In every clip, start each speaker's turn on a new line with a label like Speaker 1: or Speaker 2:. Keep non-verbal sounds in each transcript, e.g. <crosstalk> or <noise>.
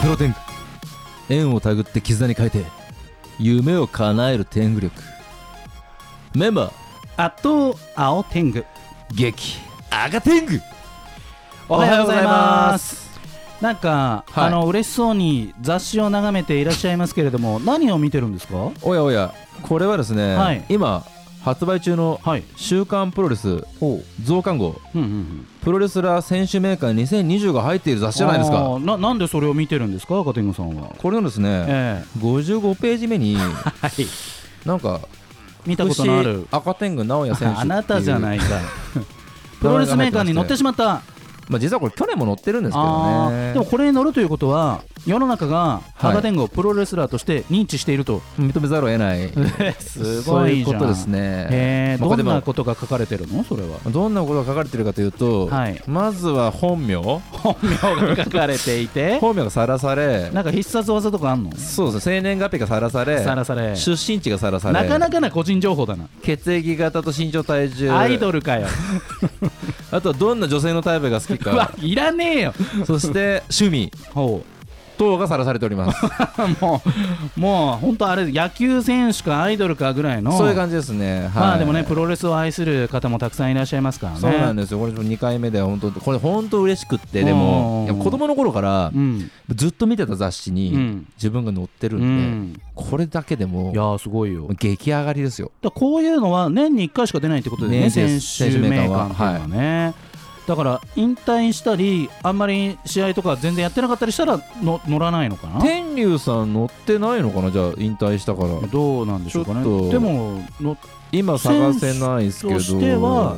Speaker 1: プロテング縁をたぐって絆に変えて夢を叶える天狗力メンバー
Speaker 2: あと青天狗
Speaker 1: 激赤天狗
Speaker 2: おはようございますなんか、
Speaker 1: はい
Speaker 2: あの嬉しそうに雑誌を眺めていらっしゃいますけれど <laughs> も何を見てるんですか
Speaker 1: おやおやこれはですね、
Speaker 2: はい
Speaker 1: 今発売中の
Speaker 2: はい
Speaker 1: 「週刊プロレス
Speaker 2: おう
Speaker 1: 増刊号
Speaker 2: うんうんうん
Speaker 1: プロレスラー選手メーカー2020」が入っている雑誌じゃないです
Speaker 2: あ
Speaker 1: か
Speaker 2: ーななんでそれを見てるんですか赤天狗さんは
Speaker 1: これのですね、
Speaker 2: え
Speaker 1: 55ページ目
Speaker 2: <laughs>
Speaker 1: に
Speaker 2: えはい
Speaker 1: なんか
Speaker 2: 見たことのある
Speaker 1: 福士赤天狗直哉選手っていう
Speaker 2: あなたじゃないかプロレスメーカーに乗ってしまった
Speaker 1: まあ、実はこれ去年も載ってるんですけど
Speaker 2: あ
Speaker 1: ね
Speaker 2: ーでもこれに乗るということは世の中が
Speaker 1: はい
Speaker 2: 赤天狗をプロレスラーとして認知していると、
Speaker 1: 認めざるを得ない
Speaker 2: <laughs> す
Speaker 1: そ
Speaker 2: ご
Speaker 1: う
Speaker 2: い
Speaker 1: いう
Speaker 2: じ
Speaker 1: こ
Speaker 2: ゃん
Speaker 1: とですね、
Speaker 2: へえ
Speaker 1: まあ
Speaker 2: ど
Speaker 1: これ
Speaker 2: ん
Speaker 1: でも
Speaker 2: なことが書かれてるのそれは
Speaker 1: どんなことが書かれてるかというと、
Speaker 2: はい
Speaker 1: まずは本名
Speaker 2: 本名が書かれていて
Speaker 1: 本名がさらされ
Speaker 2: なんか必殺技とかあんの
Speaker 1: そうですね生年月日がさらされ
Speaker 2: さらされ
Speaker 1: 出身地がさらされ
Speaker 2: なかなかな個人情報だな
Speaker 1: 血液型と身長体重
Speaker 2: アイドルかよ
Speaker 1: あとはどんな女性のタイプが好き
Speaker 2: うわ
Speaker 1: か
Speaker 2: いらねえよ
Speaker 1: そして趣味
Speaker 2: ほ
Speaker 1: 等がさらされております
Speaker 2: <laughs> うもうもう本当あれ野球選手かアイドルかぐらいの
Speaker 1: そういう感じですね、はい、
Speaker 2: まあでもねプロレスを愛する方もたくさんいらっしゃいますからね
Speaker 1: そうなんですよこれ2回目で本当これ本当嬉しくってで
Speaker 2: う
Speaker 1: も
Speaker 2: ん
Speaker 1: やっぱ子供の頃から
Speaker 2: うん
Speaker 1: ずっと見てた雑誌
Speaker 2: う
Speaker 1: に
Speaker 2: ん
Speaker 1: 自分が載ってる
Speaker 2: うん
Speaker 1: で
Speaker 2: ん
Speaker 1: これだけでも
Speaker 2: いやーすごいよ
Speaker 1: 激上がりですよ
Speaker 2: だからこういうのは年に1回しか出ないってことでね
Speaker 1: ねで
Speaker 2: 選
Speaker 1: す
Speaker 2: 手名鑑
Speaker 1: 選
Speaker 2: っ
Speaker 1: 手名
Speaker 2: ていう
Speaker 1: 鑑
Speaker 2: のはね、だから引退したりあんまり試合とか全然やってなかったりしたらの乗らないのかな
Speaker 1: 天竜さん乗ってないのかなじゃあ引退したから
Speaker 2: どうなんでしょうかね
Speaker 1: ちょっと
Speaker 2: でもの
Speaker 1: 今探せないですけど
Speaker 2: 選手としては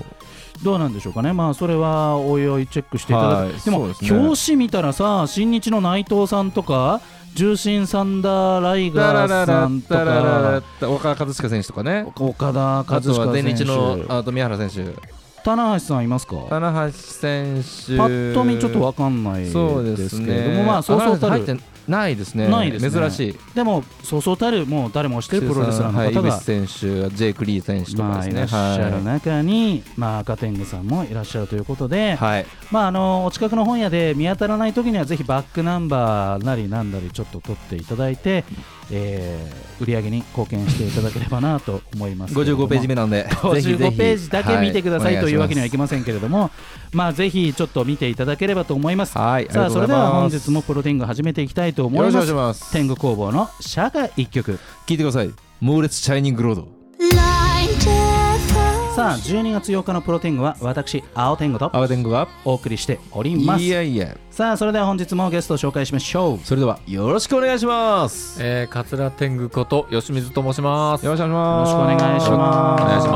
Speaker 2: どうなんでしょうかねまあそれはおいおいチェックしていただく、
Speaker 1: はい
Speaker 2: で
Speaker 1: そ
Speaker 2: も
Speaker 1: うですね
Speaker 2: 表紙見たらさ新日の内藤さんとか重心サンダーライ
Speaker 1: ラ
Speaker 2: ガ
Speaker 1: ラ
Speaker 2: ー
Speaker 1: ラ
Speaker 2: さ
Speaker 1: ラ
Speaker 2: んと
Speaker 1: ララララ
Speaker 2: か
Speaker 1: 岡田和親選手とかね
Speaker 2: 岡田
Speaker 1: あ
Speaker 2: 和
Speaker 1: とは
Speaker 2: 親
Speaker 1: 全
Speaker 2: 選
Speaker 1: 日
Speaker 2: 手
Speaker 1: のあと宮原選手
Speaker 2: 棚橋さんいますか
Speaker 1: 棚橋選手
Speaker 2: パッと見ちょっとわかんないですけ
Speaker 1: そう
Speaker 2: れ
Speaker 1: ですね
Speaker 2: ども、まあそうそうた
Speaker 1: 入
Speaker 2: る
Speaker 1: ってないですね
Speaker 2: ないですね
Speaker 1: 珍しい
Speaker 2: でもそうそうたるもう誰も知ってるプロレスラー
Speaker 1: はい
Speaker 2: の方
Speaker 1: 井
Speaker 2: が、
Speaker 1: 口選手ジェイク・リー選手と
Speaker 2: ま
Speaker 1: か
Speaker 2: あ
Speaker 1: で
Speaker 2: い
Speaker 1: すね
Speaker 2: らっしゃる
Speaker 1: は
Speaker 2: 中に、まあ赤天狗さんもいらっしゃるということで、
Speaker 1: いはい
Speaker 2: まああのお近くの本屋で見当たらない時にはぜひバックナンバーなりなんだりちょっと取っていただいて、えー売り上げに貢献していただければなと思いますけれど
Speaker 1: 55
Speaker 2: も。
Speaker 1: ページ目なんでぜひぜひ
Speaker 2: 55ページだけ見てください、
Speaker 1: は
Speaker 2: というわけにはいいきませんけれども、まあぜひちょっと見ていただければと思います。
Speaker 1: お願いしますはい
Speaker 2: さあそれでは本日
Speaker 1: も
Speaker 2: もプロテイング始めていきたいと思
Speaker 1: よろ
Speaker 2: い
Speaker 1: しくお
Speaker 2: ま
Speaker 1: 願い
Speaker 2: す
Speaker 1: します
Speaker 2: 天狗工房の「シャが一曲
Speaker 1: 聞いてください猛烈シャイニングロード
Speaker 3: Blinded」
Speaker 2: さあ12月8日のプロテイングは私青天狗と
Speaker 1: アワテングが
Speaker 2: お送りしております
Speaker 1: いやいや
Speaker 2: さあそれでは本日もゲストを紹介しましょう
Speaker 1: それではよろしくお願いしますよ
Speaker 4: えー、桂天狗こと吉水と申します。
Speaker 1: ろしくお願いします
Speaker 2: よろしくお願いします
Speaker 4: お願いし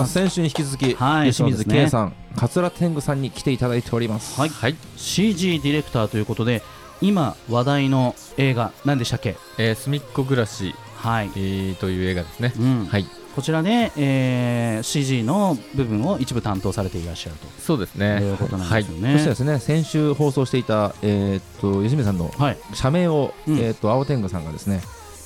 Speaker 4: ます
Speaker 1: 先週に引き続き、
Speaker 2: はい
Speaker 1: 吉
Speaker 2: そうで
Speaker 1: 水
Speaker 2: すね
Speaker 1: 圭さん、桂天狗さんに来ていただいております
Speaker 2: はい
Speaker 4: はい、
Speaker 2: CG ディレクターということで今話題の映画何でしたっけ
Speaker 4: えー、すみっこ暮らし、
Speaker 2: はい
Speaker 4: え、ーという映画ですね。
Speaker 2: うん
Speaker 4: はい、
Speaker 2: こちらで、えー CG の部分を一部担当されていらっしゃると
Speaker 4: そうです
Speaker 2: い
Speaker 4: ね
Speaker 2: う。ことなん
Speaker 4: は
Speaker 2: で
Speaker 4: い
Speaker 2: す
Speaker 1: そ
Speaker 2: よ、
Speaker 1: してで
Speaker 2: ね
Speaker 1: すね、先週放送していた、えーっと吉水さんの
Speaker 2: はい
Speaker 1: 社名を、
Speaker 2: うん
Speaker 1: えーっと青天狗さんがですね、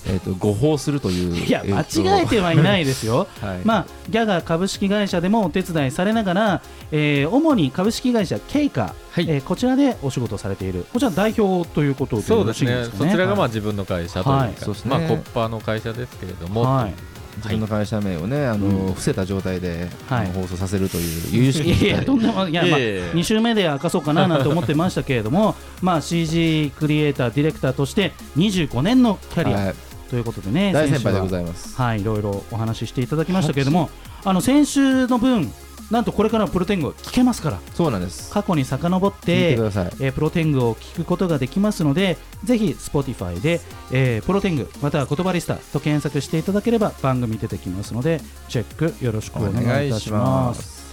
Speaker 1: えーっと誤報するという
Speaker 2: いや間違えてはいないですよ
Speaker 1: えーっとはい
Speaker 2: まあ、ギャガ株式会社でもお手伝いされながら、えー主に株式会社ケイカ、
Speaker 4: はい
Speaker 2: えーこちらでお仕事をされているこちら代表ということで
Speaker 4: そ
Speaker 2: よ
Speaker 4: う
Speaker 2: ろ
Speaker 4: で
Speaker 2: しいん
Speaker 4: す
Speaker 2: で
Speaker 4: ね。
Speaker 2: すかね
Speaker 4: そちらがまあ
Speaker 2: はい
Speaker 4: 自分の会社と
Speaker 2: はいいう
Speaker 4: か、
Speaker 1: そうですね
Speaker 4: まあコッパーの会社ですけれども、
Speaker 2: はい
Speaker 1: 自分の会社名をね、あの
Speaker 2: うん
Speaker 1: 伏せた状態で、
Speaker 2: はい
Speaker 1: あの放送させるという由々しき
Speaker 2: い
Speaker 1: 事態
Speaker 2: や
Speaker 1: <laughs>
Speaker 2: いやとんでもいや、まあ、
Speaker 4: いえいえ
Speaker 2: 2週目で明かそうかななんて思ってましたけれども、 <laughs> まあ、CG クリエイター、ディレクターとして25年のキャリア
Speaker 1: はい
Speaker 2: ということでね、
Speaker 1: 大先輩でご
Speaker 2: い
Speaker 1: ざいます。
Speaker 2: はい、いろいろお話ししていただきましたけれども、あの先週の分、なんとこれからプロテングを聞けますから、
Speaker 1: そうなんです。
Speaker 2: 過去に遡っ
Speaker 1: 聞い
Speaker 2: て
Speaker 1: てく、ださい。
Speaker 2: えープロテングを聞くことができますのでぜひ Spotify で、えープロテングまたは言葉リスタと検索していただければ番組出てきますのでチェックよろしくお願いいたします
Speaker 1: す。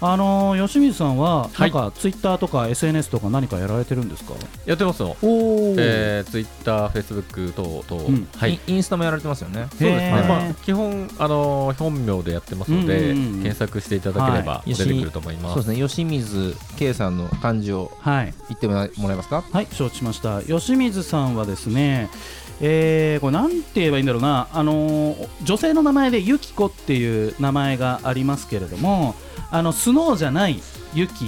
Speaker 2: あのー吉水さんは、
Speaker 4: はい
Speaker 2: なんか Twitter とか SNS とか何かやられてるんですか
Speaker 4: やってますよ。
Speaker 2: おお、
Speaker 4: えー、ツイッター、フェイスブック等々、
Speaker 2: うん
Speaker 4: はい。
Speaker 1: インインスタもやられてますよね。
Speaker 4: そうですね。
Speaker 2: へー
Speaker 4: まあ基本あのー本名でやってますので、
Speaker 2: うんうんうん
Speaker 4: 検索していただければ
Speaker 1: はい
Speaker 4: 出てくると思い
Speaker 1: そ
Speaker 4: ま
Speaker 1: う
Speaker 4: す。
Speaker 1: ですね。吉水圭さんの漢字を
Speaker 2: はい
Speaker 1: 言ってもらえますか。
Speaker 2: はい承知しました吉水さんはですねえー、これなんて言えばいいんだろうな、あのー女性の名前でユキコっていう名前がありますけれどもあのスノーじゃないユキ、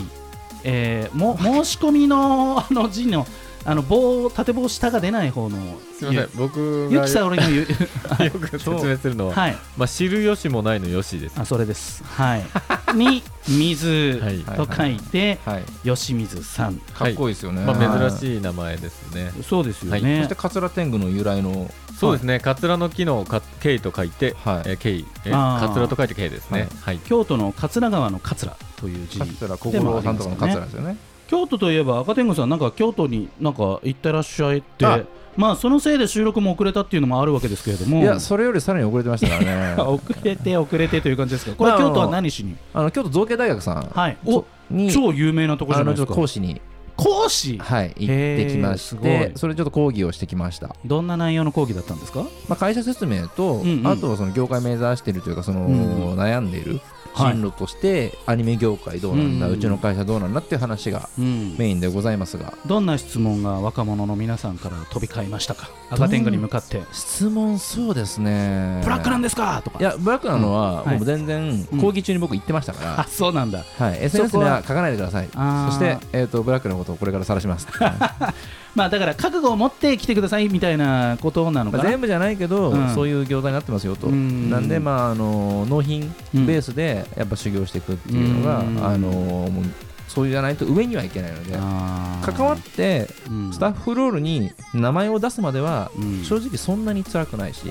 Speaker 2: えーも申し込みの <laughs> あの字のあの棒縦棒下が出ない方の
Speaker 4: すみません、僕
Speaker 2: ゆゆ
Speaker 4: が
Speaker 2: きさん
Speaker 4: <laughs> よ
Speaker 2: 俺の言う
Speaker 4: く説明するの
Speaker 2: <laughs>
Speaker 4: は、
Speaker 2: はい
Speaker 4: まあ、知るよしもないのよしです。
Speaker 2: あそれですはいに水
Speaker 4: はい
Speaker 2: と書いて
Speaker 1: はい、
Speaker 2: 吉水さん
Speaker 1: かっこいいですよね、
Speaker 2: はい
Speaker 4: まあ、珍しい名前ですね。
Speaker 2: そうですよ
Speaker 1: そ
Speaker 2: ね
Speaker 1: して桂天狗の由来の、
Speaker 4: そうですね、カツラの木のかケイと書いて、
Speaker 1: はい
Speaker 4: えー、ケイ、え
Speaker 2: あー
Speaker 4: カツラと書いてケイですね。はい。
Speaker 2: 京都の桂川の桂という字
Speaker 1: 桂小五郎さんとかの桂ですよね
Speaker 2: 京都といえば赤天狗さんなんか京都になんか行ってらっしゃいって
Speaker 1: あ
Speaker 2: まあそのせいで収録も遅れたっていうのもあるわけですけれども
Speaker 1: いやそれよりさらに遅れてましたからね
Speaker 2: <laughs> 遅れて遅れてという感じですかこれ
Speaker 1: まあ
Speaker 2: 京都は何しに
Speaker 1: あの京都造形大学さん、
Speaker 2: はい
Speaker 1: おに
Speaker 2: 超有名なとこじ
Speaker 1: あ
Speaker 2: ゃな
Speaker 1: の
Speaker 2: い
Speaker 1: ち
Speaker 2: で
Speaker 1: ょっ
Speaker 2: す
Speaker 1: と
Speaker 2: か
Speaker 1: 講師に、
Speaker 2: 講師
Speaker 1: はい、行ってきまし
Speaker 2: へーす
Speaker 1: て
Speaker 2: ごい
Speaker 1: それでちょっと講義をしてきました、
Speaker 2: どんな内容の講義だったんですか
Speaker 1: まあ、会社説明と、
Speaker 2: うんうん
Speaker 1: あとはその業界目指してるというかその、
Speaker 2: うんうん
Speaker 1: 悩んでいる
Speaker 2: はい
Speaker 1: 進路として、アニメ業界どうなんだ、
Speaker 2: う
Speaker 1: うん
Speaker 2: うん
Speaker 1: ちの会社どうなんだっていう話が
Speaker 2: うん
Speaker 1: メインでございますが
Speaker 2: どんな質問が若者の皆さんから飛び交いましたか赤天狗に向かって
Speaker 1: 質問そうですね
Speaker 2: ブラックなんですかとか
Speaker 1: いやブラックなのは、
Speaker 2: うんはい
Speaker 1: もう全然
Speaker 2: うん
Speaker 1: 講義中に僕言ってましたから、
Speaker 2: あそうなんだ
Speaker 1: はい、SNS には書かないでください。そ
Speaker 2: あー
Speaker 1: して、えー、とブラックのことをこれから晒します。ま
Speaker 2: まあだから覚悟を持って来てくださいみたいなことなのか
Speaker 1: あ
Speaker 2: な
Speaker 1: 全部じゃないけど、
Speaker 2: うん
Speaker 1: そういう業態になってますよと。
Speaker 2: うん
Speaker 1: なんで、まああのー納品
Speaker 2: うん
Speaker 1: ベースでやっぱ修行していくっていうのが、
Speaker 2: うん
Speaker 1: あのーもうそうじゃないと上にはいけないので、
Speaker 2: あー
Speaker 1: 関わって
Speaker 2: うん
Speaker 1: スタッフロールに名前を出すまでは、
Speaker 2: うん
Speaker 1: 正直そんなに辛くないし、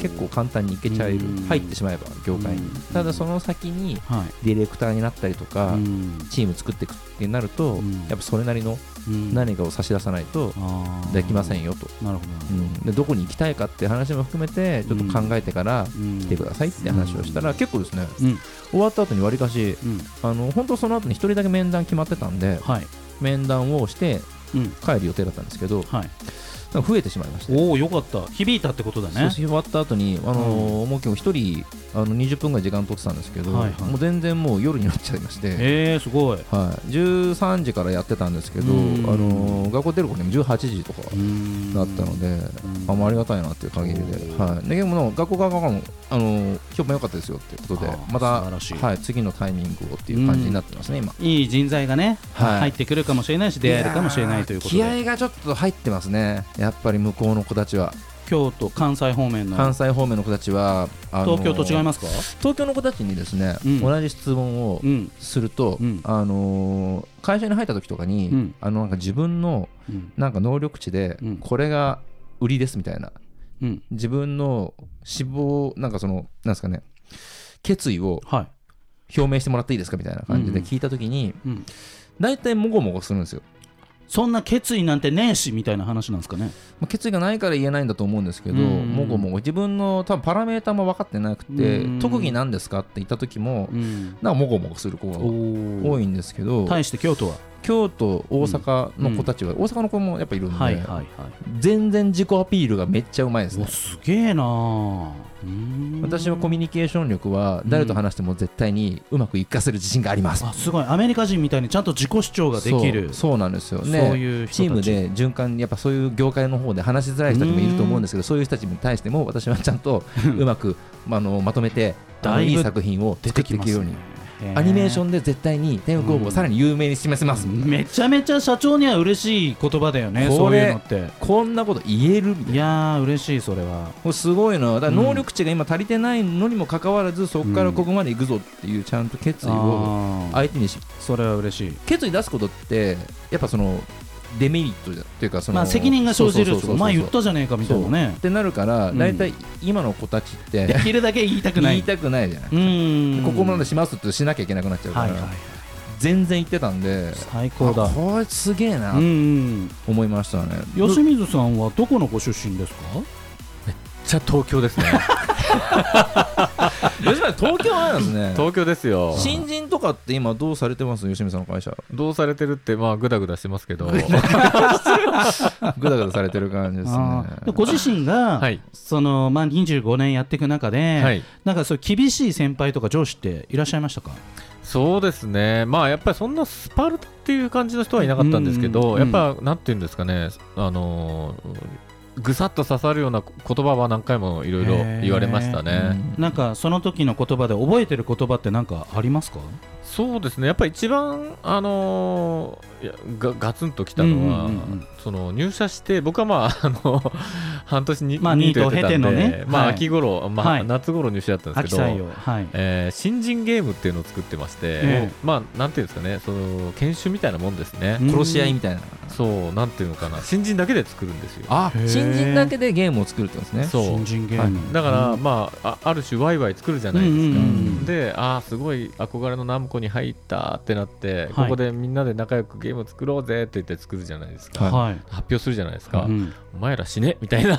Speaker 1: 結構簡単にいけちゃえる
Speaker 2: うん、
Speaker 1: 入ってしまえば業界
Speaker 2: うん
Speaker 1: に。ただその先に
Speaker 2: はい
Speaker 1: ディレクターになったりとか、
Speaker 2: うん
Speaker 1: チーム作っていくってなると、
Speaker 2: うん
Speaker 1: やっぱそれなりの
Speaker 2: うん
Speaker 1: 何かを差し出さないと
Speaker 2: あー
Speaker 1: できませんよと、
Speaker 2: なるほど
Speaker 1: うんでどこに行きたいかって話も含めてちょっと考えてから
Speaker 2: うん
Speaker 1: 来てくださいって話をしたら、結構ですね
Speaker 2: うん
Speaker 1: 終わった後にわりかし
Speaker 2: うん
Speaker 1: あの本当その後に1人だけ面談決まってたんで
Speaker 2: はい
Speaker 1: 面談をして
Speaker 2: うん
Speaker 1: 帰る予定だったんですけど
Speaker 2: はい
Speaker 1: なんか増えてしまいまして。
Speaker 2: おおよかった響いたってことだ
Speaker 1: そう
Speaker 2: ね
Speaker 1: 終わった後にあのーもう今日1人あの20分ぐらい時間取ってたんですけど、
Speaker 2: はいはい
Speaker 1: もう全然もう夜になっちゃいまして、
Speaker 2: えーすごい
Speaker 1: はい、13時からやってたんですけど、あ
Speaker 2: うん
Speaker 1: のー学校出る頃にも18時とかだ
Speaker 2: だ
Speaker 1: ったので、
Speaker 2: うん
Speaker 1: あまあ、ありがたいなっていう限りで、
Speaker 2: うん
Speaker 1: はい、ででもなんか学校側からも、あのー評判良かったですよっていうことで
Speaker 2: あー
Speaker 1: ま
Speaker 2: 素晴らしい
Speaker 1: た、はい、次のタイミングをっていう感じになってますね、今
Speaker 2: いい人材がね、
Speaker 1: はい
Speaker 2: 入ってくるかもしれないし出会えるかもしれないということ
Speaker 1: 気
Speaker 2: で
Speaker 1: 合がちょっと入ってますねやっぱり向こうの子たちは
Speaker 2: 京都関西方面の
Speaker 1: 関西方面の子たちはあのー
Speaker 2: 東京と違いますか、
Speaker 1: 東京の子たちにですね、
Speaker 2: うん
Speaker 1: 同じ質問を
Speaker 2: うん
Speaker 1: すると、
Speaker 2: うん
Speaker 1: あのー会社に入った時とかに、
Speaker 2: うん
Speaker 1: あのなんか自分の
Speaker 2: うん
Speaker 1: なんか能力値で
Speaker 2: うん
Speaker 1: これが売りですみたいな、
Speaker 2: うん、
Speaker 1: 自分の志望なんかそのなんですかね決意を
Speaker 2: はい、
Speaker 1: 表明してもらっていいですかみたいな感じで
Speaker 2: うん
Speaker 1: 聞いた時に
Speaker 2: うん、
Speaker 1: 大体もごもごするんですよ、
Speaker 2: そんな決意なんてねえしみたいな話なんですかね
Speaker 1: まあ、決意がないから言えないんだと思うんですけど
Speaker 2: うん
Speaker 1: もごもご自分の多分パラメータも分かってなくて
Speaker 2: うん
Speaker 1: 特技なんですかって言った時も
Speaker 2: うん
Speaker 1: なんかもごもごする子が多
Speaker 2: い
Speaker 1: いんですけど
Speaker 2: 対して京都は
Speaker 1: 京都大阪の子たちは大阪の子もやっぱいるん
Speaker 2: はい
Speaker 1: で
Speaker 2: はいはい
Speaker 1: 全然自己アピールがめっちゃうまいです
Speaker 2: うわ
Speaker 1: ね
Speaker 2: すげえなあうーん
Speaker 1: 私はコミュニケーション力は誰と話しても絶対にうまくいかせる自信があります
Speaker 2: あすごいアメリカ人みたいにちゃんと自己主張ができる
Speaker 1: そうそうなんですよ
Speaker 2: そう
Speaker 1: ね
Speaker 2: いう人たち
Speaker 1: チームで循環やっぱそういう業界の方で話しづらい人たちもいると思うんですけどそういう人たちに対しても私はちゃんとうまくまああのまとめてあ
Speaker 2: だ
Speaker 1: の
Speaker 2: いぶ
Speaker 1: いい作品を
Speaker 2: 出
Speaker 1: 作
Speaker 2: て
Speaker 1: って
Speaker 2: き
Speaker 1: てい
Speaker 2: ま
Speaker 1: け
Speaker 2: す
Speaker 1: るよう
Speaker 2: ね
Speaker 1: に
Speaker 2: へえ
Speaker 1: アニメーションで絶対に天狗工房をさらに有名に示せます
Speaker 2: めちゃめちゃ社長には嬉しい言葉だよね
Speaker 1: これ
Speaker 2: そういうのって
Speaker 1: こんなこと言えるみたい
Speaker 2: いやー嬉しいそれは
Speaker 1: なすごいなだから能力値が今足りてないのにもかかわらずそこからここまで行くぞっていうちゃんと決意を
Speaker 2: あー
Speaker 1: 相手にし
Speaker 2: それは嬉しい
Speaker 1: 決意出すことってやっぱそのデメリットじゃっていうかその
Speaker 2: まあ責任が生じ
Speaker 1: そ
Speaker 2: る
Speaker 1: うそうそう
Speaker 2: と
Speaker 1: そう
Speaker 2: お前言ったじゃねえかみたいなね
Speaker 1: ってなるから
Speaker 2: うん
Speaker 1: 大体今の子たちって、
Speaker 2: できるだけ言いたくな
Speaker 1: 言い
Speaker 2: い
Speaker 1: たくないじゃない、
Speaker 2: うーん
Speaker 1: ここまでしますってしなきゃいけなくなっちゃうか
Speaker 2: はい
Speaker 1: ら、
Speaker 2: はい
Speaker 1: 全然言ってたんで
Speaker 2: 最高だ
Speaker 1: あこれすげえな
Speaker 2: うんうん
Speaker 1: 思いましたね、
Speaker 2: 吉水さんはどこのご出身ですか
Speaker 4: じゃあ東京ですね。
Speaker 1: 吉村東京なんです
Speaker 2: <laughs>
Speaker 1: ね
Speaker 4: 東京ですよ。
Speaker 1: 新人とかって今どうされてます吉見さんの会
Speaker 2: <laughs>
Speaker 1: 社
Speaker 4: どうされてるって、まあ、ぐだぐだしてますけど。
Speaker 1: ぐだぐだされてる感じです
Speaker 2: あーで
Speaker 1: ね
Speaker 2: ご自身が、
Speaker 4: はい
Speaker 2: そのまあ、25年やっていく中で、
Speaker 4: はい
Speaker 2: なんかそういう厳しい先輩とか上司っていらっしゃいましたか
Speaker 4: そうですね、まあやっぱりそんなスパルタっていう感じの人はいなかったんですけ
Speaker 2: う
Speaker 4: ど、
Speaker 2: ん
Speaker 4: やっぱなんていうんですかね、あのーぐさっと刺さるような言葉は何回もいろいろ言われました
Speaker 1: う
Speaker 4: ね。
Speaker 1: ん
Speaker 2: なんかその時の言葉で覚えてる言葉って何かありますか
Speaker 4: そうですねやっぱり一番、あのーいやがガツンときたのは、
Speaker 2: うんうんうんうん
Speaker 4: その入社して僕はまああの半年に、
Speaker 2: まあ
Speaker 4: ニートやってたんで
Speaker 2: ニートを経てのね
Speaker 4: まあ、
Speaker 2: はい
Speaker 4: 秋頃、まあ
Speaker 2: はい
Speaker 4: 夏頃入社だったんで
Speaker 2: 秋
Speaker 4: すけど、
Speaker 2: 採用はい
Speaker 4: えー新人ゲームっていうのを作ってまして、
Speaker 2: ええ
Speaker 4: まあなんていうんですかねその研修みたいなもんですね、
Speaker 2: うん
Speaker 1: 殺し合いみたいな。
Speaker 4: そうなんていうのかな新人だけで作るんですよ
Speaker 1: あ
Speaker 2: へー
Speaker 1: 新人だけでゲームを作るってことですね。
Speaker 4: そう
Speaker 2: 新人ゲーム
Speaker 4: だから、
Speaker 2: うん
Speaker 4: まああある種ワイワイ作るじゃないですか、
Speaker 2: うんうんうん
Speaker 4: でああすごい憧れのナムコに入ったってなって、
Speaker 2: い
Speaker 4: ここでみんなで仲良くゲーム作ろうぜって言って作るじゃないですか、
Speaker 1: はい
Speaker 2: はい
Speaker 4: 発表するじゃないですか、
Speaker 2: うん
Speaker 4: お前ら死ねみたいな、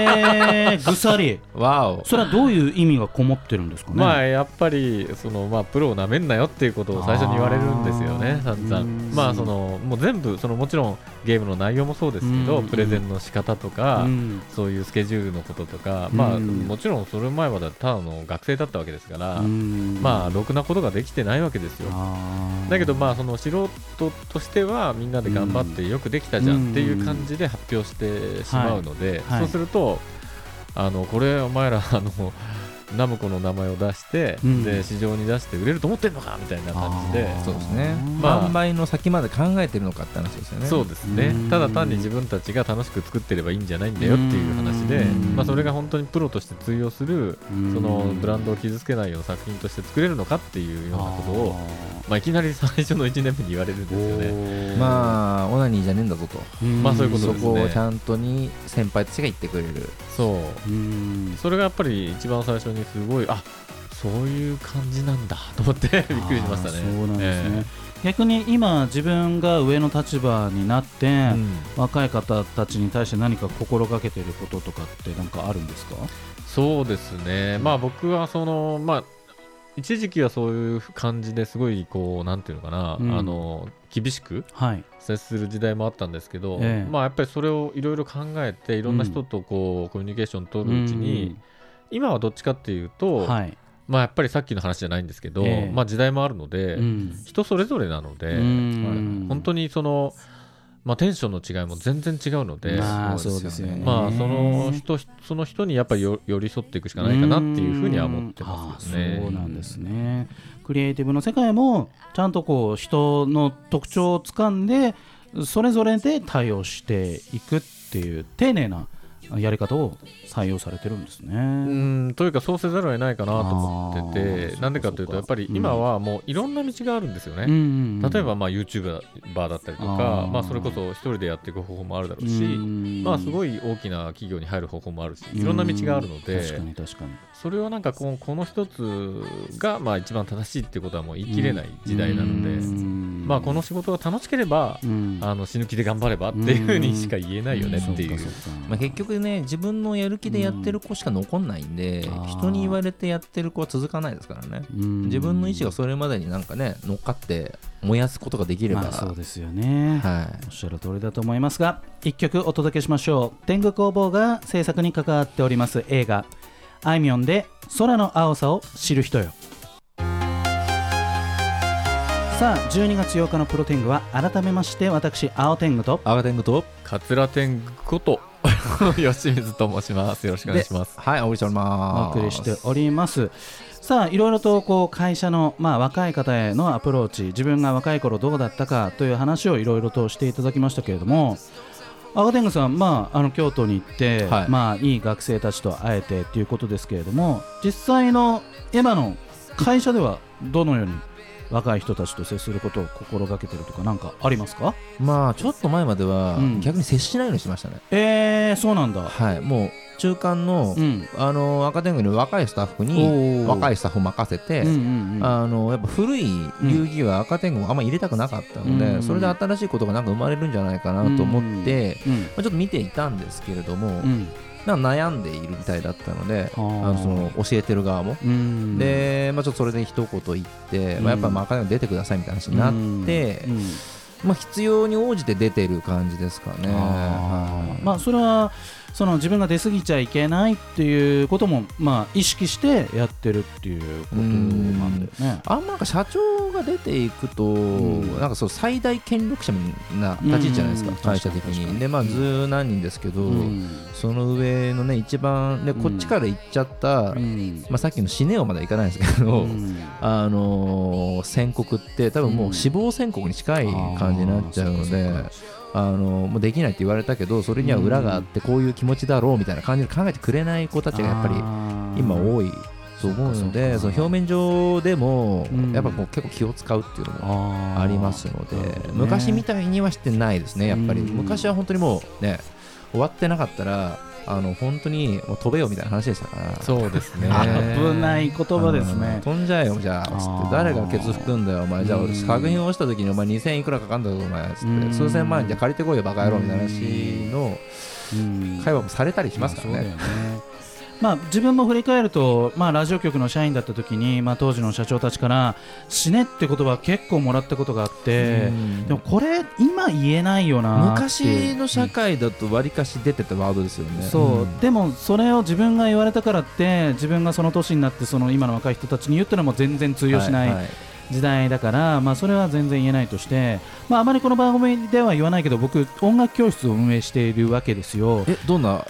Speaker 2: えー、ぐさり
Speaker 1: わお。
Speaker 2: それはどういう意味がこもってるんですかね
Speaker 4: まあやっぱりその、まあ、プロをなめんなよっていうことを最初に言われるんですよね
Speaker 2: あー
Speaker 4: 散々
Speaker 2: うん
Speaker 4: まあそのもう全部そのもちろんゲームの内容もそうですけど、
Speaker 2: うん
Speaker 4: プレゼンの仕方とか、
Speaker 2: うん
Speaker 4: そういうスケジュールのこととか、まあ、
Speaker 2: うん
Speaker 4: もちろんそれ前はだってただの学生だったわけですから、
Speaker 2: うん
Speaker 4: まあろくなことができてないわけですよ。
Speaker 2: あー
Speaker 4: だけどまあその素人としてはみんなで頑張ってよくできたじゃ
Speaker 2: うん
Speaker 4: んっていう感じで発表してしまうので、
Speaker 2: はいはい
Speaker 4: そうするとあのこれお前らあの <laughs> ナムコの名前を出して、
Speaker 2: うん
Speaker 4: で市場に出して売れると思ってんのかみたいな感じで
Speaker 2: あー
Speaker 1: そうですね。
Speaker 4: まあ
Speaker 1: 販売の先まで考えてるのかって話ですよね。
Speaker 4: そうですね
Speaker 2: うん
Speaker 4: ただ単に自分たちが楽しく作ってればいいんじゃないんだよっていう話で、
Speaker 2: うん
Speaker 4: まあ、それが本当にプロとして通用する
Speaker 2: うん
Speaker 4: そのブランドを傷つけないような作品として作れるのかっていうようなことをまあ、いきなり最初の1年目に言われるんですよ
Speaker 2: ね
Speaker 4: ね。
Speaker 2: あ
Speaker 1: まあオナニーじゃねえんだぞと。
Speaker 2: ーん
Speaker 4: まあそういうこと
Speaker 1: そ
Speaker 4: ですね
Speaker 1: こをちゃんとに先輩たちが言ってくれる。
Speaker 4: そ
Speaker 2: う
Speaker 4: う
Speaker 2: ん
Speaker 4: それがやっぱり一番最初にすごいあそういう感じなんだ <laughs> と思ってびっくりしましたね。
Speaker 2: あーそうなんですね
Speaker 4: え、
Speaker 2: 逆に今自分が上の立場になって、
Speaker 4: えうん
Speaker 2: 若い方たちに対して何か心がけていることとかってなんかあるんですか
Speaker 4: そうですね、まあ、僕はその、まあ、一時期はそういう感じですごいこうなんていうのかな、
Speaker 2: うん
Speaker 4: あの厳しく
Speaker 2: はい
Speaker 4: 接する時代もあったんですけど、
Speaker 2: ええ
Speaker 4: まあ、やっぱりそれをいろいろ考えていろんな人とこう、コミュニケーション取るうちに、今はどっちかっていうと、
Speaker 2: うんはい
Speaker 4: まあ、やっぱりさっきの話じゃないんですけど、
Speaker 2: ええ
Speaker 4: まあ、時代もあるので、
Speaker 2: うん
Speaker 4: 人それぞれなので、
Speaker 2: うん
Speaker 4: 本当にその、まあ、テンションの違いも全然違うので、
Speaker 2: まあ
Speaker 1: そう
Speaker 2: そうで
Speaker 1: ですす
Speaker 2: よ
Speaker 1: よ
Speaker 2: ね
Speaker 1: ね
Speaker 4: まあ、その人その人にやっぱりよ寄り添っていくしかないかなっていうふうには思ってますよ
Speaker 2: うんあー
Speaker 4: ね。
Speaker 2: そうなんですね。クリエイティブの世界もちゃんとこう人の特徴をつかんでそれぞれで対応していくっていう丁寧なやり方を採用されてるんです
Speaker 4: う
Speaker 2: ね。
Speaker 4: んというかそうせざるを得ないかなと
Speaker 2: あ
Speaker 4: 思っ
Speaker 2: ー
Speaker 4: て
Speaker 2: そう
Speaker 4: て
Speaker 2: か
Speaker 4: なんでかというと
Speaker 2: そうか
Speaker 4: やっぱり今はもういろんな道があるんですよね。例
Speaker 2: 例
Speaker 4: えばまあ YouTuber だったりと
Speaker 2: あ
Speaker 4: か
Speaker 2: ー
Speaker 4: まあ、それこそ一人でやっていく方法もあるだろうし、まあ、すごい大きな企業に入る方法もあるしいろんな道があるので。
Speaker 2: 確かに確かに
Speaker 4: それをなんかこのこの一つがまあ一番正しいってことはもう言い切れない時代なので、
Speaker 2: うん
Speaker 4: まあ、この仕事が楽しければ、
Speaker 2: うん
Speaker 4: あの死ぬ気で頑張ればっていうふうにしか言えないよねっていう。
Speaker 2: んそかそか
Speaker 1: まあ、結局ね自分のやる気でやってる子しか残んないんで、
Speaker 2: うんあー
Speaker 1: 人に言われてやってる子は続かないですからね。
Speaker 2: うん
Speaker 1: 自分の意思がそれまでになんかね乗っかって燃やすことができれば、
Speaker 2: まあそうですよね。
Speaker 1: はい。
Speaker 2: おっしゃる通りだと思いますが一曲お届けしましょう天狗工房が制作に関わっております映画「あいみょんで空の青さを知る人よ」さあ12月8日のプロ天狗は改めまして私青天狗と
Speaker 1: アガテングと
Speaker 4: 桂天狗こと <laughs> 吉水と申します。よろしくお願いします。
Speaker 1: ではい、お送りしており
Speaker 2: お
Speaker 1: ます。
Speaker 2: 送りしております。さあいろいろとこう会社の、まあ、若い方へのアプローチ自分が若い頃どうだったかという話をいろいろとしていただきましたけれどもアガテングさん、まあ、あの京都に行って、
Speaker 1: はいい
Speaker 2: まあ、いい学生たちと会えてということですけれども実際の今の会社ではどのように若い人たちと接することを心がけてるとかなんかありますか
Speaker 1: まあ、ちょっと前までは、
Speaker 2: うん
Speaker 1: 逆に接しないようにしてましたね。
Speaker 2: えー、そうなんだ。
Speaker 1: はい、もう中間の、
Speaker 2: うん、
Speaker 1: あのアカデミーの若いスタッフに、若
Speaker 2: い、
Speaker 1: いスタッフ任せて。
Speaker 2: うんうんうん、
Speaker 1: あのやっぱ古い遊戯は赤天狗もあんま入れたくなかったので、
Speaker 2: うん
Speaker 1: それで新しいことがなんか生まれるんじゃないかなと思って、
Speaker 2: うん
Speaker 1: まあ、ちょっと見ていたんですけれども、
Speaker 2: うん
Speaker 1: まあ悩んでいるみたいだったので
Speaker 2: あ
Speaker 1: あ
Speaker 2: ー
Speaker 1: のその教えてる側も、
Speaker 2: うん、
Speaker 1: で、まあ、ちょっとそれで一言言って、まあ、やっぱまあ赤天狗出てくださいみたいな話になって、
Speaker 2: うんうん
Speaker 1: まあ、必要に応じて出てる感じですかね。
Speaker 2: あー
Speaker 1: はい
Speaker 2: まあそれはその自分が出過ぎちゃいけないっていうことも、まあ、意識してやってるっていうことなんだよね。
Speaker 1: あんまなんか社長が出ていくと、
Speaker 2: ん
Speaker 1: なんかそう最大権力者な立ち位置じゃないですか、
Speaker 2: うん
Speaker 1: 会社的
Speaker 2: 確かに確か
Speaker 1: に。
Speaker 2: に
Speaker 1: で、まあ、十何人ですけど、
Speaker 2: うん
Speaker 1: その上のね、一番、で
Speaker 2: うん
Speaker 1: こっちから行っちゃった、
Speaker 2: うん
Speaker 1: まあ、さっきのシネオまではいかないですけど、
Speaker 2: うん
Speaker 1: あのー宣告って、多分もう死亡宣告に近い感じになっちゃうので。あのーもうできないって言われたけどそれには裏があってこういう気持ちだろうみたいな感じで考えてくれない子たちがやっぱり今
Speaker 2: い
Speaker 1: 多いと思うのでそ
Speaker 2: そうかそうか
Speaker 1: の表面上でも
Speaker 2: うん
Speaker 1: やっぱこう結構気を使うっていうのも
Speaker 2: あー
Speaker 1: ありますので
Speaker 2: なるほどね
Speaker 1: 昔みたいにはしてないですねやっぱり
Speaker 2: うん
Speaker 1: 昔は本当にもうね終わってなかったらあの本当にもう飛べよみたいな話でしたから
Speaker 4: そうですね。
Speaker 2: 危ない言葉です
Speaker 1: あの
Speaker 2: ね。
Speaker 1: 飛んじゃえよじゃあつ
Speaker 2: あ
Speaker 1: っ
Speaker 2: ー
Speaker 1: て誰がケツ吹くんだよお前じゃあ
Speaker 2: うん
Speaker 1: 俺作品を押した時にお前2000いくらかかんだぞお前つ
Speaker 2: う
Speaker 1: っ
Speaker 2: ん
Speaker 1: て数千万円じゃ借りてこいよバカ野郎みたいな話の
Speaker 2: うん
Speaker 1: 会話もされたりしますからね
Speaker 2: まあそうだよねまあ、自分も振り返ると、まあ、ラジオ局の社員だった時に、まあ、当時の社長たちから死ねって言葉結構もらったことがあって
Speaker 1: うん
Speaker 2: でもこれ今言えないよなってい
Speaker 1: 昔
Speaker 2: う
Speaker 1: の社会だとわりかし出てたワードですよね。
Speaker 2: そう、
Speaker 1: ん
Speaker 2: でもそれを自分が言われたからって自分がその年になってその今の若い人たちに言ってのも全然通用しない
Speaker 1: はは
Speaker 2: 時代だから、まあ、それは全然言えないとして、まあ、あまりこの番組では言わないけど僕音楽教室を運営しているわけですよ。
Speaker 1: えどんな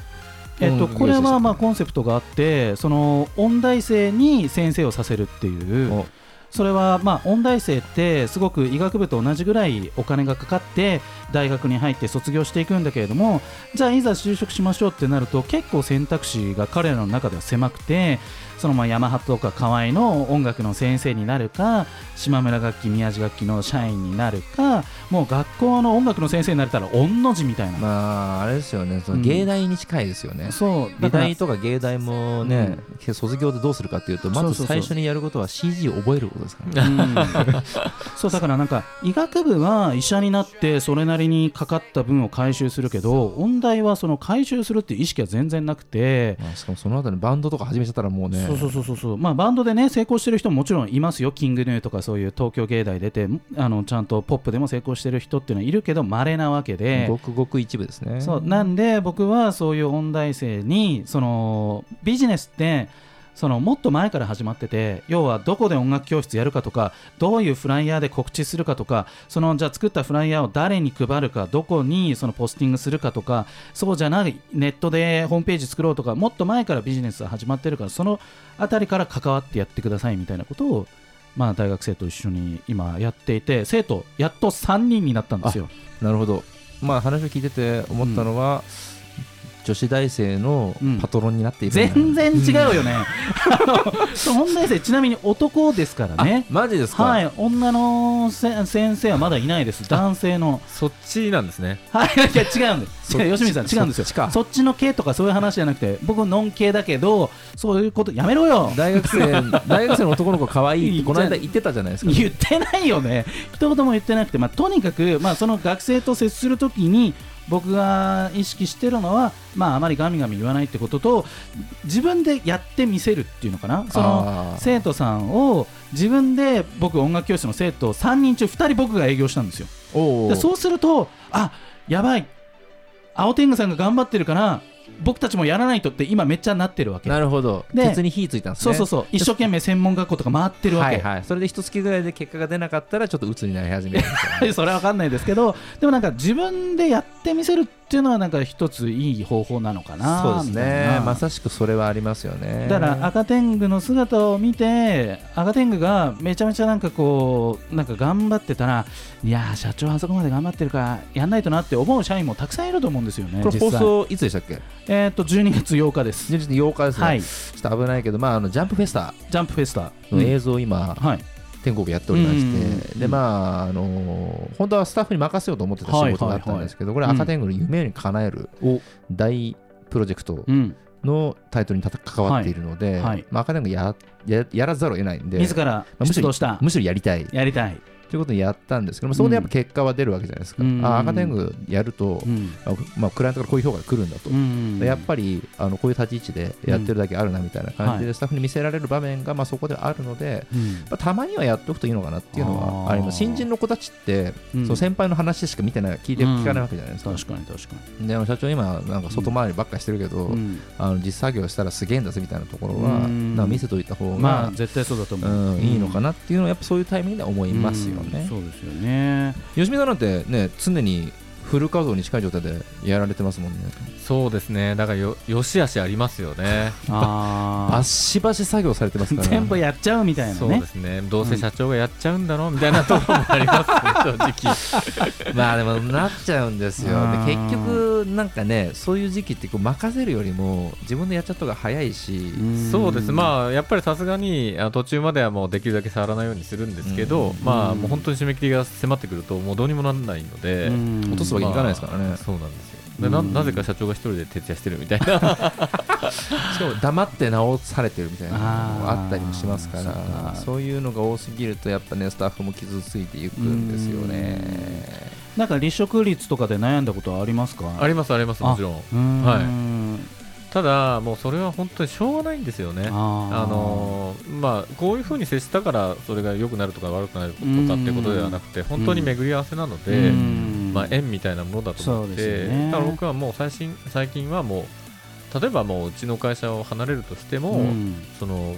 Speaker 2: えっと、
Speaker 1: 音楽教室
Speaker 2: これ
Speaker 1: です
Speaker 2: は
Speaker 1: か
Speaker 2: まあコンセプトがあってその音大生に先生をさせるっていう
Speaker 1: お
Speaker 2: それはまあ音大生ってすごく医学部と同じぐらいお金がかかって大学に入って卒業していくんだけれどもじゃあいざ就職しましょうってなると結構選択肢が彼らの中では狭くてそのまあヤマハとか河合の音楽の先生になるか島村楽器宮地楽器の社員になるかもう学校の音楽の先生になれたら御の字みたいな。
Speaker 1: まああれですよねその
Speaker 2: うん
Speaker 1: 芸大に近いですよね。
Speaker 2: そうだ
Speaker 1: 美
Speaker 2: から
Speaker 1: 大とか芸大もね、卒業でどうするかっていうとま
Speaker 2: そう
Speaker 1: ず
Speaker 2: そうそう
Speaker 1: 最初にやることは CG を覚えることですから
Speaker 2: <laughs>
Speaker 1: ね。
Speaker 2: そうだからなんか医学部は医者になってそれなりにかかった分を回収するけど音大はその回収するっていう意識は全然なくて、
Speaker 1: まあ、しかもその後にバンドとか始めちゃったらもうね
Speaker 2: そうそうそうそうそうまあバンドでね成功してる人ももちろんいますよキングヌーとかそういう東京芸大出てあのちゃんとポップでも成功してる人っていうのはいるけど稀なわけで
Speaker 1: ごくごく一部ですね。
Speaker 2: そうなんで僕はそういう音大生にそのビジネスってそのもっと前から始まってて要はどこで音楽教室やるかとかどういうフライヤーで告知するかとかそのじゃあ作ったフライヤーを誰に配るかどこにそのポスティングするかとかそうじゃないネットでホームページ作ろうとかもっと前からビジネスは始まってるからその辺りから関わってやってくださいみたいなことを、まあ、大学生と一緒に今やっていて生徒やっと3人になったんですよ。
Speaker 1: なるほど。まあ話を聞いてて思ったのは、女子大生のパトロンになっている、
Speaker 2: 全然違う
Speaker 1: <laughs>
Speaker 2: よね。あのそう音大生ちなみに男ですからね。
Speaker 1: マジですか、
Speaker 2: はい、女のせ先生はまだいないです。男性の。
Speaker 4: そっちなんですね。
Speaker 2: はい、いや違うんです。違う吉見さん違うんです
Speaker 1: そっ
Speaker 2: よ。
Speaker 1: ちか
Speaker 2: そっちの系とかそういう話じゃなくて、僕ノン系だけど、そういうことやめろよ。
Speaker 1: 大学生
Speaker 2: <laughs>
Speaker 1: 大学生の男の子可愛いってこの間言ってたじゃないですか。
Speaker 2: 言ってないよね、一言も言ってなくて、まあ、とにかく、まあ、その学生と接するときに、僕が意識してるのは、まあ、あまりガミガミ言わないってことと、自分でやってみせるっていうのかな、その
Speaker 1: あー
Speaker 2: 生徒さんを自分で、僕、音楽教室の生徒3人中2人僕が営業したんですよ。
Speaker 1: おうお
Speaker 2: で
Speaker 1: う
Speaker 2: そうすると、あやばい、青天狗さんが頑張ってるから、僕たちもやらないとって、今、めっちゃなってるわけ。
Speaker 1: なるほど。
Speaker 2: で
Speaker 1: 鉄に火ついたんです
Speaker 2: そう
Speaker 1: ね。
Speaker 2: そうそう一生懸命専門学校とか回ってるわ
Speaker 1: は
Speaker 2: け、
Speaker 1: いはい。それで一月ぐらいで結果が出なかったらちょっと鬱になり始
Speaker 2: <laughs>
Speaker 1: めるみたいな。
Speaker 2: それは分かんないですけどでもなんか自分でやってみせるっていうのはなんか一ついい方法なのかな
Speaker 1: そうです
Speaker 2: みたいな
Speaker 1: ね。まさしくそれはありますよね。
Speaker 2: だから赤天狗の姿を見て赤天狗がめちゃめちゃなんかこうなんか頑張ってたらいやー社長あそこまで頑張ってるからやんないとなって思う社員もたくさんいると思うんですよね
Speaker 1: これ
Speaker 2: 実
Speaker 1: 放
Speaker 2: 際
Speaker 1: 送いつでしたっけ？
Speaker 2: えっ、と12月8日です
Speaker 1: 1日8日ですね。
Speaker 2: はいジ
Speaker 1: ちょっと危ないけど、まああのジャンプフェスタ
Speaker 2: ャンプフェスタ、
Speaker 1: の
Speaker 2: うん
Speaker 1: 映像を今
Speaker 2: はい
Speaker 1: 天国やっておりまして、
Speaker 2: うん
Speaker 1: でまああの本当はスタッフに任せようと思ってた仕事だったんですけど、これ
Speaker 2: はいはい
Speaker 1: 赤天狗の夢に叶える
Speaker 2: お
Speaker 1: 大プロジェクト
Speaker 2: うん
Speaker 1: のタイトルにたた関わっているので、
Speaker 2: はいはい
Speaker 1: まあ、赤点がやややらざるを得ないんで、
Speaker 2: 自ら
Speaker 1: むし
Speaker 2: 出
Speaker 1: ろ
Speaker 2: 動した
Speaker 1: むしろやりたい
Speaker 2: やりたい
Speaker 1: ということでやったんですけども、そこでやっぱ結果は出るわけじゃないですか。
Speaker 2: うん
Speaker 1: あ赤天狗やると、
Speaker 2: うん
Speaker 1: あまあ、クライアントからこういう評価が来るんだと。
Speaker 2: うん
Speaker 1: やっぱりあのこういう立ち位置でやってるだけあるなみたいな感じ
Speaker 2: うんは
Speaker 1: でスタッフに見せられる場面がまあそこであるので、
Speaker 2: うん
Speaker 1: まあたまにはやっとくといいのかなっていうのはあります
Speaker 2: あー
Speaker 1: 新人の子たちって、
Speaker 2: うん
Speaker 1: その先輩の話しか見てない聞いて
Speaker 2: うん
Speaker 1: 聞かないわけじゃないですか、
Speaker 2: 確かに確か
Speaker 1: であの社長今なんか外回りばっかりしてるけど、
Speaker 2: に、うん
Speaker 1: あの実作業したらすげえんだぜみたいなところは、
Speaker 2: うん
Speaker 1: なんか見せといた方が、
Speaker 2: まあ絶対そうだと思
Speaker 1: う
Speaker 2: う、
Speaker 1: ん、いいのかなっていうのはやっぱそういうタイミングでは思いますよ
Speaker 2: うん
Speaker 1: ね、
Speaker 2: そうですよね
Speaker 1: 吉見さんなんてね常にフル稼働に近い状態でやられてますもんね
Speaker 4: そうですねだからよよし悪しありますよね
Speaker 2: あ
Speaker 1: バ
Speaker 2: あ
Speaker 1: シバシ作業されてますから
Speaker 2: <laughs> 全部やっちゃうみたいな
Speaker 4: そう
Speaker 2: ね
Speaker 4: ですねどうせ社長がやっちゃうんだろうみたいなところもあり <laughs> ますね正
Speaker 1: まあでもなっちゃうんですよ
Speaker 2: あー
Speaker 1: で結局なんかねそういう時期ってこう任せるよりも自分でやっちゃった方が早いし、
Speaker 4: 直そうです
Speaker 2: あ
Speaker 4: まあやっぱりさすがにあ途中まではもうできるだけ触らないようにするんですけど、
Speaker 1: うん
Speaker 4: まあ
Speaker 2: うん
Speaker 4: もう本当に締め切りが迫ってくるともうどうにもならないので、
Speaker 1: 落とすわけいかないですからね、
Speaker 4: そうなんですよでな
Speaker 2: うん
Speaker 4: なぜか社長が一人で徹夜してるみた
Speaker 1: <laughs>
Speaker 4: いな
Speaker 1: しかも黙って直されてるみたいなのも
Speaker 2: あー
Speaker 1: あったりもしますから
Speaker 2: そ
Speaker 1: そ
Speaker 2: っか
Speaker 1: ういうのが多すぎるとやっぱねスタッフも傷ついていくんですよね
Speaker 2: なんか離職率とかで悩んだことはありますか
Speaker 4: ありますありますもちろん
Speaker 2: うーん
Speaker 4: はいただもうそれは本当にしょうがないんですよね
Speaker 2: あ
Speaker 4: あのーまあ、こういうふうに接したからそれが良くなるとか悪くなるとかってことではなくて本当に巡り合わせなので、
Speaker 2: うん
Speaker 4: まあ、縁みたいなものだと思
Speaker 2: そ
Speaker 4: っ
Speaker 2: うで
Speaker 4: て、
Speaker 2: すよね
Speaker 4: だから僕はもう最新最近はもう例えばもううちの会社を離れるとしても、
Speaker 2: うん
Speaker 4: その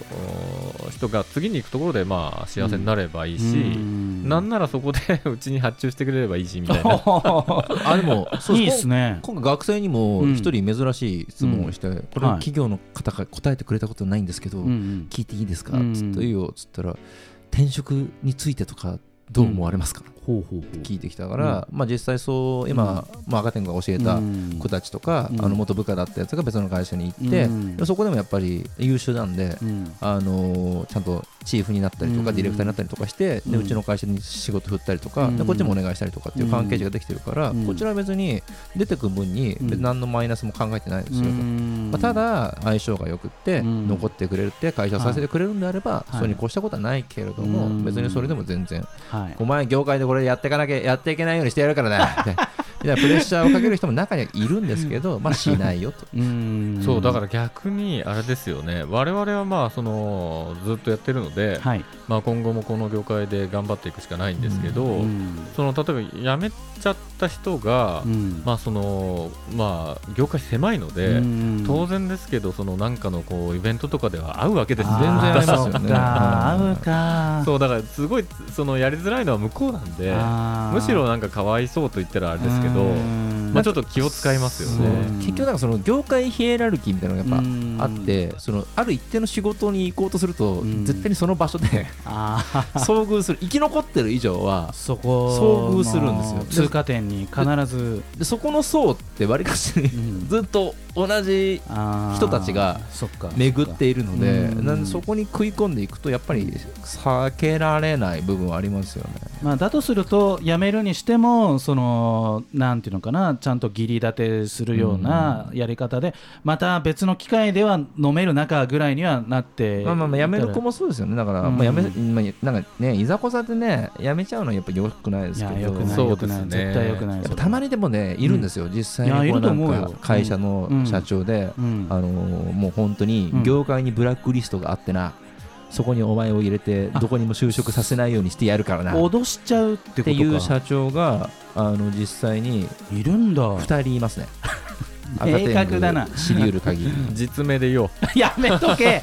Speaker 4: お人が次に行くところでまあ幸せになればいいし、
Speaker 2: うん
Speaker 4: なんならそこで <laughs> うちに発注してくれればいいしみたいな。
Speaker 1: あでもそう
Speaker 2: い
Speaker 1: で
Speaker 2: い
Speaker 1: す
Speaker 2: ですね
Speaker 1: 今回学生にも一人珍しい質問をして、これ
Speaker 2: はい
Speaker 1: 企業の方が答えてくれたことないんですけど、
Speaker 2: うんうん
Speaker 1: 聞いていいですか、
Speaker 2: うん
Speaker 1: つっていいよつったら転職についてとかどう思われますか、
Speaker 2: ほうほうほう
Speaker 1: 聞いてきたから、まあ、実際そう今、まあ、赤点が教えた
Speaker 2: うん
Speaker 1: 子たちとか、
Speaker 2: うん
Speaker 1: あの元部下だったやつが別の会社に行って、
Speaker 2: うん
Speaker 1: でもそこでもやっぱり優秀なんで、
Speaker 2: うん
Speaker 1: あのーちゃんとチーフになったりとか、
Speaker 2: うん
Speaker 1: ディレクターになったりとかして、
Speaker 2: う
Speaker 1: で
Speaker 2: ん
Speaker 1: うちの会社に仕事振ったりとか、
Speaker 2: う
Speaker 1: で
Speaker 2: ん
Speaker 1: こっちもお願いしたりとかっていう関係値ができてるから、
Speaker 2: うん
Speaker 1: こちらは別に出てく分に
Speaker 2: うん
Speaker 1: 何のマイナスも考えてないですよ、
Speaker 2: うん
Speaker 1: まあ、ただ相性が良くって
Speaker 2: うん
Speaker 1: 残ってくれるって会社をさせてくれるんであれば
Speaker 2: い
Speaker 1: それに越したことはないけれど
Speaker 2: う
Speaker 1: も
Speaker 2: ん
Speaker 1: 別にそれでも全然
Speaker 2: はい
Speaker 1: お前業界でこれやっていかなきゃやっていけないようにしてやるから
Speaker 2: <laughs>
Speaker 1: なみたいなみたいなプレッシャーをかける人も中にはいるんですけどまあしないよと
Speaker 2: うん
Speaker 4: そうだから逆にあれですよね、我々はまあそのずっとやってるので、
Speaker 2: はい
Speaker 4: まあ、今後もこの業界で頑張っていくしかないんですけど、
Speaker 2: うん
Speaker 4: その例えば辞めちゃった人が、
Speaker 2: うん
Speaker 4: まあそのまあ、業界狭いので、
Speaker 2: うん
Speaker 4: 当然ですけどそのなんかのこうイベントとかでは会うわけですよ
Speaker 1: 全然ありますよね
Speaker 2: あーそっか合うか
Speaker 4: そうだからすごいそのやりづらいのは向こうなんで
Speaker 2: あー
Speaker 4: むしろなんかかわいそうと言ったらあれですけど、
Speaker 2: うん
Speaker 4: まあ、ちょっと気を使いますよ
Speaker 1: そう
Speaker 4: ね。
Speaker 2: ん
Speaker 1: 結局なんかその業界ヒエラルキーみたいなのがやっ
Speaker 2: うん
Speaker 1: ぱあってそのある一定の仕事に行こうとすると
Speaker 2: うん
Speaker 1: 絶対にその場所
Speaker 2: <laughs>
Speaker 1: で
Speaker 2: あー
Speaker 1: 遭遇する生き残ってる以上は
Speaker 2: そこの
Speaker 1: 遭遇するんですよ
Speaker 2: 通過点に必ず
Speaker 1: でそこの層ってわりかし
Speaker 2: ん
Speaker 1: ずっと同じ
Speaker 2: あー
Speaker 1: 人たちが
Speaker 2: そっか
Speaker 1: 巡っているので
Speaker 2: うん
Speaker 1: なんでそこに食い込んでいくとやっぱり避けられない部分はありますよね。
Speaker 2: まあ、だとすると辞めるにしてもそのなんていうのかなちゃんと義理立てするようなやり方で、また別の機会では飲める仲ぐらいにはなって
Speaker 1: まあまあまあ辞める子
Speaker 2: も
Speaker 1: もそうですよねだから、
Speaker 2: うん
Speaker 1: まあ辞めまあ、なんかねいざこざでね辞めちゃうのはやっぱ良くないで
Speaker 2: い
Speaker 1: すけ
Speaker 2: や
Speaker 1: ど
Speaker 2: よくない
Speaker 4: そう
Speaker 2: よくない、
Speaker 4: ですね
Speaker 2: 絶対よくない
Speaker 1: やっぱたま
Speaker 2: に、
Speaker 1: にでもねいるんですよ、実際
Speaker 2: いや
Speaker 1: にこ
Speaker 2: いると思う
Speaker 1: なん
Speaker 2: よ
Speaker 1: か会社の
Speaker 2: うん
Speaker 1: 社長で、
Speaker 2: うん
Speaker 1: あのーもう本当に
Speaker 2: うん
Speaker 1: 業界にブラックリストがあってな、そこにお前を入れて
Speaker 2: あ
Speaker 1: どこにも就職させないようにしてやるからな
Speaker 2: 脅しちゃうって
Speaker 1: ってい
Speaker 2: こ
Speaker 1: う
Speaker 2: とか
Speaker 1: 社長があの実際に
Speaker 2: いるんだ
Speaker 1: 2人いますね赤天狗
Speaker 2: 明確だな
Speaker 1: 知り得る
Speaker 2: <laughs>
Speaker 1: 限り
Speaker 4: 実名で言おう
Speaker 2: <laughs> やめとけ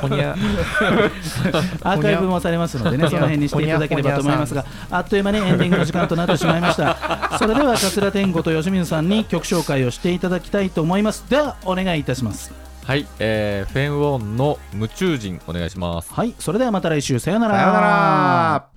Speaker 1: ほにゃ
Speaker 2: <laughs> アーカイブもされますのでね、その辺にしていただければと思いますが、あっという間にエンディングの時間となってしまいま <laughs> した。それでは、桂天吾と吉水さんに曲紹介をしていただきたいと思います。では、お願いいたします。
Speaker 4: はい、えーフェンウォンの「夢中人」お願いします。
Speaker 2: はい、それではまた来週、さようなら。
Speaker 1: さよなら